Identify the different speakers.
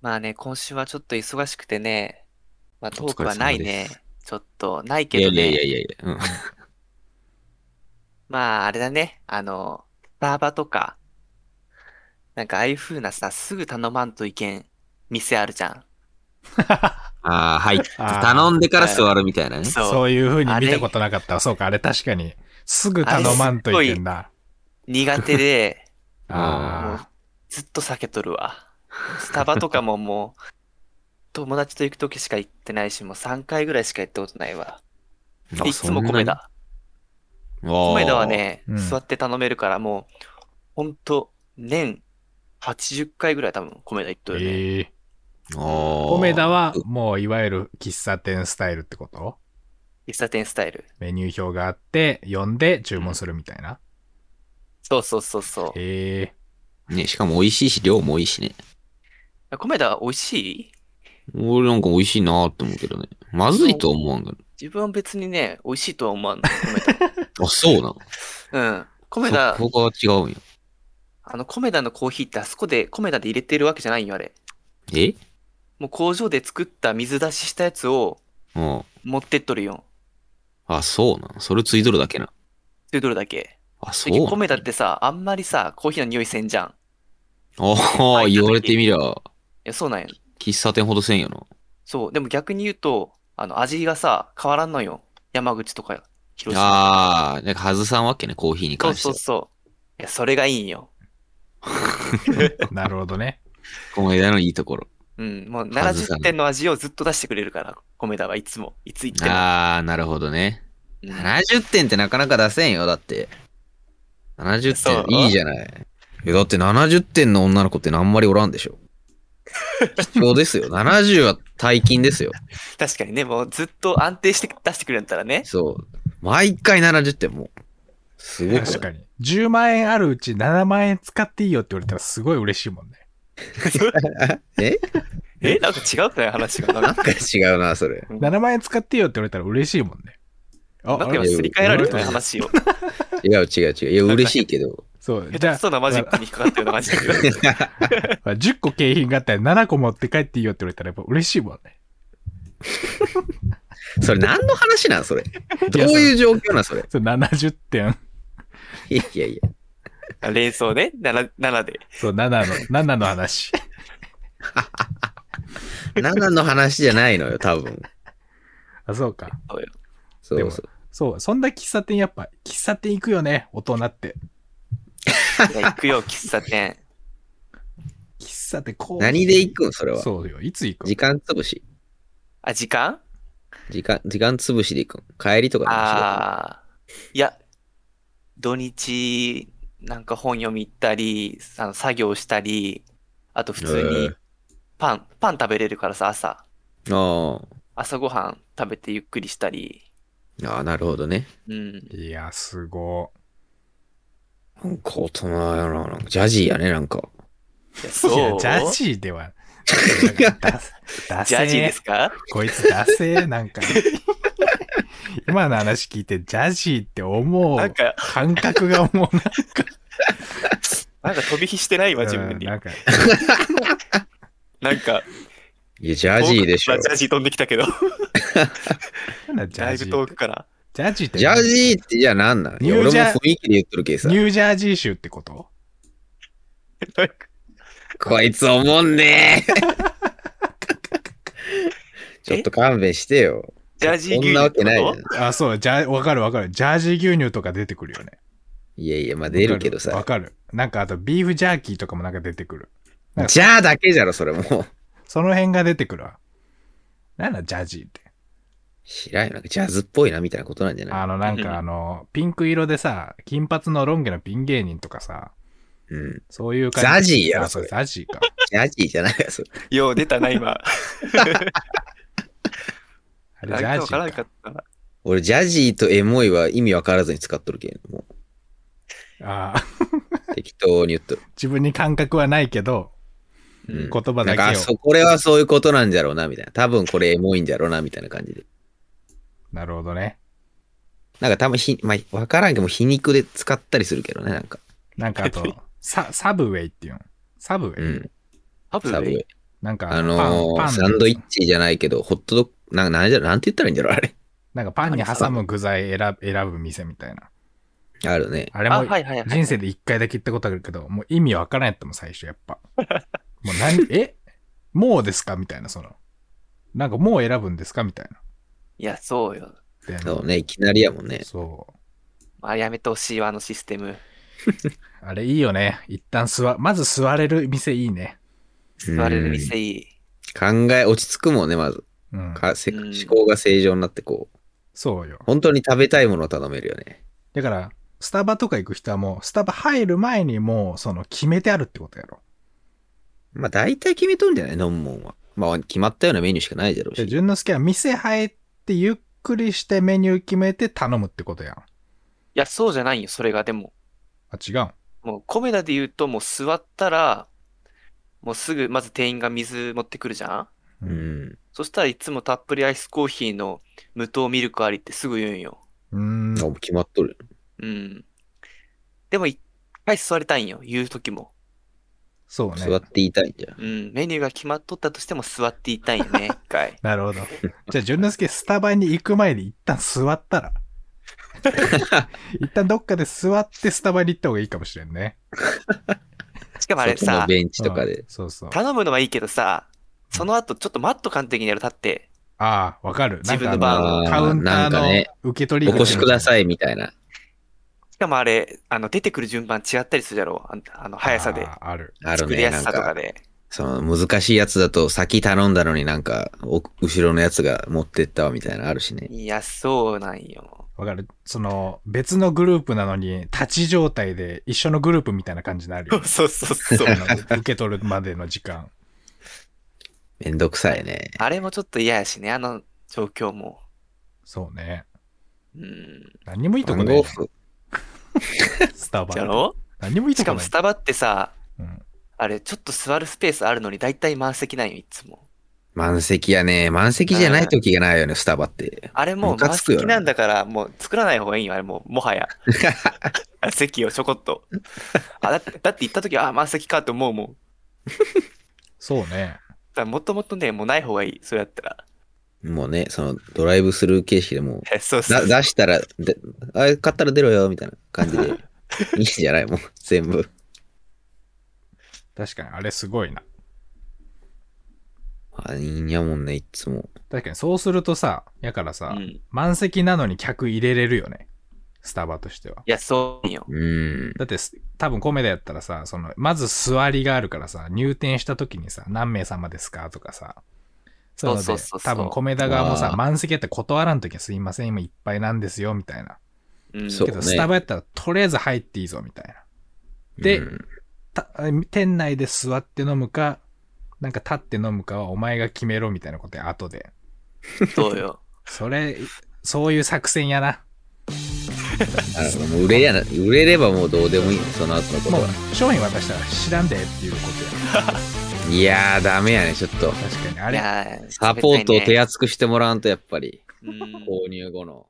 Speaker 1: まあね、今週はちょっと忙しくてね、まあ
Speaker 2: お
Speaker 1: トー
Speaker 2: 疲
Speaker 1: ク
Speaker 2: れ
Speaker 1: はな
Speaker 2: 様
Speaker 1: い
Speaker 2: で
Speaker 1: ね
Speaker 2: す。。
Speaker 1: ちょっと、ないけ
Speaker 2: いや
Speaker 1: ど
Speaker 2: いやい
Speaker 1: ね、
Speaker 2: やいやいや、うん。
Speaker 1: まああれだね、あの、スタバとか、なんかああいう風なさ、すぐ頼まんといけん店あるじゃん。
Speaker 2: ああ、入って、頼
Speaker 3: あ
Speaker 2: んでから
Speaker 1: うん
Speaker 2: 座るみたいなね。
Speaker 3: あ、
Speaker 1: そう。
Speaker 3: そういう風に
Speaker 1: あ
Speaker 3: 見た
Speaker 1: れ、
Speaker 3: ことなかったわ。そうか、あれ確かに。すぐ
Speaker 1: あれ
Speaker 3: 頼
Speaker 1: す
Speaker 3: ま
Speaker 1: っ
Speaker 3: んとい
Speaker 1: ご
Speaker 3: け
Speaker 1: い
Speaker 3: んな。
Speaker 1: 苦手 で、もう
Speaker 3: あ
Speaker 1: ずっと避けとるわ。スタバとかももう、友達と行くときしか行ってないし、もう3回ぐらいしか行ったことないわ。
Speaker 2: うん。
Speaker 1: で
Speaker 2: あ、
Speaker 1: いつ
Speaker 2: そ
Speaker 1: も
Speaker 2: んな
Speaker 1: 米
Speaker 2: に
Speaker 1: だ。米田は
Speaker 2: あ
Speaker 1: ね、
Speaker 3: あ、う
Speaker 1: 座
Speaker 3: ん。
Speaker 1: って頼めるから、もう、ほんと、年80回ぐらい多分、米田行っとるね。
Speaker 3: ええ
Speaker 2: あ、
Speaker 3: コメダ
Speaker 2: あ
Speaker 3: は、もう、いわゆる喫茶店スタイルってこと
Speaker 1: 喫茶店スタイル。
Speaker 3: メニュー表があって、読んで注
Speaker 1: う
Speaker 3: 文
Speaker 1: ん。
Speaker 3: するみたいな。
Speaker 1: そうそうそうそ
Speaker 3: ええ
Speaker 2: あ。ね、しかも美味しいし、量も美味しいね。
Speaker 1: う。米田は美味しい
Speaker 2: 俺なんか美味しいなーって思うけどね。ま
Speaker 1: 自
Speaker 2: ず
Speaker 1: 分
Speaker 2: い
Speaker 1: は、
Speaker 2: とは思わんが。
Speaker 1: 自分は別にね、美味しいとは思わんの、米田は。
Speaker 2: あ、そうなの。
Speaker 1: うん。 米
Speaker 2: そ
Speaker 1: 田、
Speaker 2: こが違うんや。
Speaker 1: あの、米田のコーヒーってあそこで、米田で入れてるわけじゃないんよ、あれ。
Speaker 2: え
Speaker 1: もう工場で作った水出ししたやつを
Speaker 2: うん。
Speaker 1: 持ってっとるよ。
Speaker 2: あ、そうなの。それついどるだけな。
Speaker 1: それどれだけ。
Speaker 2: あ、
Speaker 1: それ
Speaker 2: そうな
Speaker 1: 米田っ
Speaker 2: の。
Speaker 1: てさ、あんまりさ、コーヒーの匂いせんじゃん。
Speaker 2: あ
Speaker 1: 入
Speaker 2: あ、
Speaker 1: っ
Speaker 2: 言
Speaker 1: た
Speaker 2: われて
Speaker 1: 時。い
Speaker 2: みりゃ、
Speaker 1: や、そうなんや。
Speaker 2: 喫茶店ほどせんやな。
Speaker 1: そう。でも逆に言うと、あの、味がさ、変わらんのよ。山口とか、広島とか。
Speaker 2: ああ、なんか外さんわけね、コーヒーに
Speaker 1: そう
Speaker 2: 関し
Speaker 1: そ
Speaker 2: て
Speaker 1: う
Speaker 2: は。
Speaker 1: そう。いや、それがいいんよ。
Speaker 3: なるほ どね。
Speaker 2: 米田のいいところ。
Speaker 1: うん。もう
Speaker 2: 外
Speaker 1: 70
Speaker 2: さない。
Speaker 1: 点の味をずっと出してくれるから、米田はいつも。いつ行っても。
Speaker 2: あー、なるほどね。
Speaker 1: うん。
Speaker 2: 70点ってなかなか出せんよ、だって。70
Speaker 1: そ
Speaker 2: 点、いいうじゃない。いや、だって70点の女の子ってあんまりおらんでしょ。貴重です よ。70は大金ですよ。
Speaker 1: 確かにね、もうずっと安定して出してくれるんだったらね。
Speaker 2: そう。毎回70点もう。すごく
Speaker 3: 確
Speaker 2: ない
Speaker 3: かに。10万円あるうち7万円使っていいよって言われたらすごい嬉しいもんね。
Speaker 2: え
Speaker 1: え、なんか違うくない話が。なん
Speaker 2: なん
Speaker 1: か、
Speaker 2: か違うな、それ。
Speaker 1: うん
Speaker 3: 7万円使っていいよって言われたら嬉しいもんね。あ、
Speaker 1: なん
Speaker 3: あ
Speaker 1: か
Speaker 3: れ
Speaker 1: 今
Speaker 2: いや、
Speaker 1: すり替え
Speaker 3: 言
Speaker 1: ら
Speaker 3: わ
Speaker 1: れ
Speaker 3: れ
Speaker 1: て
Speaker 3: た
Speaker 1: ない
Speaker 3: よ。
Speaker 1: 話よ。
Speaker 2: 違う違う違う。いや、
Speaker 1: なん
Speaker 2: 嬉
Speaker 1: か
Speaker 2: しいけど。
Speaker 3: そう。
Speaker 1: 下
Speaker 3: じ
Speaker 1: 手く
Speaker 3: ゃ
Speaker 1: そなマ
Speaker 3: あ、
Speaker 1: ジ
Speaker 3: ま
Speaker 1: ックに引っかかったような感じだけど。
Speaker 3: まあ、10個景品があったら7個持って帰っていいよって言われたらやっぱ嬉しいもんね。
Speaker 2: それ何の話なん、それ。
Speaker 3: い
Speaker 2: ど
Speaker 3: や、
Speaker 2: う
Speaker 3: その、
Speaker 2: いう状況なん、それ。
Speaker 3: その70点、
Speaker 2: いやいやいや。
Speaker 1: あ連想ね、7、7で。
Speaker 3: そう、7の、7の話。
Speaker 2: 7の話じゃないのよ、多分。
Speaker 3: あ、そうか。
Speaker 1: そうよ。
Speaker 2: そ
Speaker 3: で
Speaker 2: う
Speaker 3: も、
Speaker 2: そう。
Speaker 3: そう、そんな喫茶店やっぱ、喫茶店行くよね、大人って。
Speaker 1: いや、行くよ、喫茶店。
Speaker 3: 喫茶店、コー
Speaker 2: 何で行
Speaker 3: ヒ
Speaker 2: くん、それ
Speaker 3: ー。
Speaker 2: は。
Speaker 3: そうよ、いつ行く
Speaker 2: 時
Speaker 3: ん
Speaker 2: 間潰し。
Speaker 1: あ、時間
Speaker 2: 時間、時間潰しで行くん。帰りとかの話だよね。
Speaker 1: ああー、いや、土日、なんか本読み行ったり、あの、作業したり、あと普
Speaker 2: え
Speaker 1: 通
Speaker 2: え
Speaker 1: にパン、パン食べれるからさ、朝。
Speaker 2: ああ。
Speaker 1: 朝ごはん食べてゆっくりしたり。
Speaker 2: ああ、なるほどね。
Speaker 1: うん。
Speaker 3: いや、すご
Speaker 2: なんか大人やな。なんかジャジーやね、なんか。
Speaker 1: いや、
Speaker 3: い。いや、ジャ
Speaker 1: そう
Speaker 3: ジーでは、なんか、ダセ、ダ
Speaker 1: ジャジーです
Speaker 3: セ
Speaker 1: か
Speaker 3: ー、こいつダセー、なんか、今の話聞いて、ジャジーって思
Speaker 1: なん
Speaker 3: う
Speaker 1: か、
Speaker 3: 感覚がもうなんか、
Speaker 1: なんか飛び火してないわ、自
Speaker 3: う
Speaker 1: 分
Speaker 3: ん、
Speaker 1: に。
Speaker 3: なんか、
Speaker 1: なんか、
Speaker 2: いや、ジャ
Speaker 1: 遠
Speaker 2: ジ
Speaker 1: く
Speaker 2: ーで
Speaker 1: か
Speaker 2: し
Speaker 1: ら
Speaker 2: ょ。
Speaker 1: ジャジー飛んできたけど、
Speaker 3: なんだジ
Speaker 1: だ
Speaker 3: ャ
Speaker 1: いぶ
Speaker 3: ジーっ
Speaker 1: 遠
Speaker 3: て。
Speaker 1: くから。
Speaker 3: ジャジーって
Speaker 2: ジャ
Speaker 3: 何
Speaker 2: ジーってじゃあなんなんい
Speaker 3: ニ
Speaker 2: や、
Speaker 3: ュー
Speaker 2: 俺
Speaker 3: ジ
Speaker 2: も
Speaker 3: ャ、
Speaker 2: 雰囲気で言っとるけ
Speaker 3: ニ
Speaker 2: さ。
Speaker 3: ュージャージー州ってこと
Speaker 1: なんか
Speaker 2: こいつおもんねえ。ちょっ
Speaker 1: え
Speaker 2: と勘弁してよ。
Speaker 1: ジャージー
Speaker 2: そん
Speaker 1: 牛
Speaker 2: な
Speaker 1: 乳って
Speaker 2: わけ
Speaker 1: こ
Speaker 2: ないじゃ
Speaker 1: と
Speaker 2: ん。
Speaker 3: あ、そう、ジャ、わかるわかる。ジャージー牛乳とか出てくるよね。
Speaker 2: いやいや、まあ
Speaker 3: わ
Speaker 2: 出
Speaker 3: か
Speaker 2: るけ
Speaker 3: る
Speaker 2: どさ。
Speaker 3: わかる。なんかあと、ビーフジャーキーとかもなんか出てくる。なんか
Speaker 2: じ
Speaker 3: そ、
Speaker 2: ゃあだけじゃろ、それもう。
Speaker 3: その辺が出てくるわ。なんだ、ジャージーって。
Speaker 2: 知らんよ。なんかジャズっぽいな、みたいなことなんじゃない
Speaker 3: あの、なんかあの、ピンク色でさ、金髪のロン毛のピン芸人とかさ、
Speaker 2: うん。
Speaker 3: そういう感じ。
Speaker 2: ザジーやろ、
Speaker 3: あ、
Speaker 2: そ
Speaker 3: そう、
Speaker 2: れ。
Speaker 3: ザジーか。
Speaker 2: ジャジーじゃないよ、それ。
Speaker 1: よう出たな、今。
Speaker 3: あれ、
Speaker 1: な
Speaker 3: ジ
Speaker 1: ん
Speaker 3: ャ
Speaker 1: かわ
Speaker 3: ージ
Speaker 1: か
Speaker 3: ー
Speaker 1: らなか
Speaker 3: か。
Speaker 1: った。
Speaker 2: 俺、ジャジーとエモいは意味わからずに使っとるけど、も
Speaker 3: あー
Speaker 2: う適当に言っとる。
Speaker 3: 自分に感覚はないけど、
Speaker 1: う。
Speaker 2: うんん。
Speaker 3: 言葉
Speaker 2: なん
Speaker 3: だ
Speaker 2: か、あ
Speaker 3: けを。
Speaker 2: そ、これはそういうことなんじゃろうな、みたいな。多分これエモいんじゃろうな、みたいな感じで。
Speaker 3: なるほどね。
Speaker 2: なんか、たまひ、まあ、わからんけども、皮肉で使ったりするけどね、なんか。
Speaker 3: なんかあと、サ、サブウェイっていうの。サブウェ
Speaker 2: う
Speaker 3: イ
Speaker 2: ん。
Speaker 1: ハブウ
Speaker 2: サブ
Speaker 1: ェ
Speaker 2: ウェ
Speaker 1: イ
Speaker 2: イ。
Speaker 3: なんか、
Speaker 2: あの
Speaker 3: パン
Speaker 2: ー、
Speaker 3: パン
Speaker 2: サンドイッチじゃないけど、ホットドッグ、ななんじゃなんて言ったらいいんだろう、あれ。
Speaker 3: なんかパンに挟む具材選ぶ選ぶ店みたいな。
Speaker 2: あるね。
Speaker 3: あれ
Speaker 1: あ、
Speaker 3: も
Speaker 1: はいはいはい。
Speaker 3: 人生で一回だけ行ったことあるけど、もう意味わからんやったもん、最初やっぱ。もう何、えもうですかみたいな、その。なんかもう選ぶんですかみたい
Speaker 1: いや、そうよ。
Speaker 3: な。で
Speaker 2: そうね、いきなりやもんね。
Speaker 3: そう。
Speaker 1: あ、やめてほしいわ、あのシステム。
Speaker 3: あれいいよね。一旦座、まず座れる店いいね。
Speaker 1: 座れる店いい。
Speaker 2: 考え、落ち着くもんね、まず。
Speaker 3: うん。
Speaker 2: かせ
Speaker 1: うん
Speaker 2: 思考が正常になって、こう、
Speaker 3: そうよ。
Speaker 2: 本当に食べたいものを頼めるよね。
Speaker 3: だから、スタバとか行く人はもう、スタバ入る前にもう、その、決めてあるってことやろ。
Speaker 2: まあ、大体決めとんじゃない飲むもんは。まあ、決まったようなメニューしかないだろう
Speaker 3: で、
Speaker 2: し。
Speaker 3: 淳之介は店入ってゆっくりしてメニュー決めて頼むってことやん。
Speaker 1: いや、そうじゃないよ、それが。でも、
Speaker 3: あ、違うん。
Speaker 1: もう、コメダで言うと、もう座ったら、もうすぐ、まず店員が水持ってくるじゃん
Speaker 2: う。
Speaker 3: うん
Speaker 1: そしたらいつもたっぷりアイスコーヒーの無糖ミルクありってすぐ言うんよ。
Speaker 3: ーん。
Speaker 2: あもう決まっとる。
Speaker 1: うん。でも、一回座りたいんよ、言う時も。
Speaker 3: そうね。
Speaker 2: 座っていたいん じゃん。
Speaker 1: うん、メニューが決まっとったとしても座っていたいんよね、一回。
Speaker 3: なるほど。じゃあ、淳之介、スタバに行く前に一旦座ったら。一旦どっかで座ってスタバに行った方がいいかもしれんね。
Speaker 1: しかもあれ
Speaker 2: 外の
Speaker 1: さ、
Speaker 2: ベンチとか
Speaker 3: う
Speaker 2: で
Speaker 3: ん。そうそう。あ
Speaker 1: 頼むのはいいけどさ、その後ちょっとマット感的にやる、立って。
Speaker 3: あ、わかる。なん
Speaker 1: 自分
Speaker 3: かあの
Speaker 1: の番
Speaker 2: 号
Speaker 3: カウンター
Speaker 2: なんかね
Speaker 3: の受け取
Speaker 2: お
Speaker 3: り口
Speaker 2: 越しくださいみたいな。
Speaker 1: しかもあれ、あの、出てくる順番違ったりするじゃろあんあの、速さで。
Speaker 3: あーある。
Speaker 2: ある
Speaker 1: 作り
Speaker 2: ね。
Speaker 1: や
Speaker 2: な
Speaker 1: す
Speaker 2: ん
Speaker 1: さとか
Speaker 2: か、
Speaker 1: で。
Speaker 2: その難しいやつだと先頼んだのになんか、お後ろのやつが持ってったわみたいなのあるしね。
Speaker 1: いや、そうなんよ。。
Speaker 3: わかる。その、別のグループなのに、立ち状態で一緒のグループみたいな感じになるよ
Speaker 1: そうそうそう。
Speaker 3: あの受け取るまでの時間。
Speaker 2: めんどくさいね。
Speaker 1: あれもちょっと嫌やしね、あの状況も。
Speaker 3: そうね。
Speaker 1: うん。
Speaker 3: 何もいいとこ
Speaker 2: 番
Speaker 3: ない
Speaker 2: 号
Speaker 3: ね。
Speaker 2: 服。
Speaker 3: スタバ
Speaker 1: じゃ。ろ
Speaker 3: 何もいいと
Speaker 1: しか
Speaker 3: こ
Speaker 1: も
Speaker 3: ない
Speaker 1: ス。タバってさ、
Speaker 3: うん
Speaker 1: あれ、ちょっと座るスペースあるのに大体満席なんよ、いつも。
Speaker 2: 満席やね。満席じゃない時がないよね、スタバって。
Speaker 1: あれもう
Speaker 2: ムカ
Speaker 1: 満
Speaker 2: つくよ
Speaker 1: 席なんだから、もう作らない方がいいよ、あれもう、も はや。席をちょこっと。あだって、だって行った時、ああ、満席かって思うもん。だ
Speaker 3: そうね。
Speaker 1: からもともとね、もうない方がいい、そうやったら。
Speaker 2: もうね、そのドライブスルー形式でもう、
Speaker 1: そうそう
Speaker 2: だ出したら、であれ買ったら出ろよ、みたいな感じで。 いいじゃない、もう全部。
Speaker 3: 確かに、あれすごいな。
Speaker 2: あ、いいんやもんね、いつも。
Speaker 3: 確かに、そうするとさ、やからさ、
Speaker 1: うん。い
Speaker 3: 満席なのに客入れれるよね。スタバとしては。
Speaker 1: や、そうよ。
Speaker 2: うん。
Speaker 3: だってす、多分コメダやったらさ、その、まず座りがあるからさ、入店した時にさ、何名様ですかとかさ、そういうので
Speaker 1: そうそうそうそう
Speaker 3: 多分コメダ側も
Speaker 2: あ
Speaker 3: さ、
Speaker 2: ー
Speaker 3: 満席やったら断らん時はすいません、今いっぱいなんですよ、みたいな。
Speaker 1: うん。
Speaker 2: そう
Speaker 3: けど、
Speaker 2: ね
Speaker 3: スタバやったらとりあえず入っていいぞ、みたいな。で
Speaker 2: うん
Speaker 3: た店内で座って飲むか、なんか立って飲むかはお前が決めろ、みたいなことや、後で。
Speaker 1: そうよ。
Speaker 3: それ、そういう作戦 やな。
Speaker 2: なるほどもう売れやな、売れればもうどうでもいいの、その後のこと
Speaker 3: も
Speaker 2: は。
Speaker 3: う、商品渡したら知らんでっていうことや。
Speaker 2: いやー、ダメやね、ちょっと。
Speaker 3: 確かに。あ
Speaker 1: あ
Speaker 3: れ、
Speaker 1: れ
Speaker 2: サポートを手厚くしてもらわんと、やっぱり、
Speaker 1: うん
Speaker 2: 購入後の。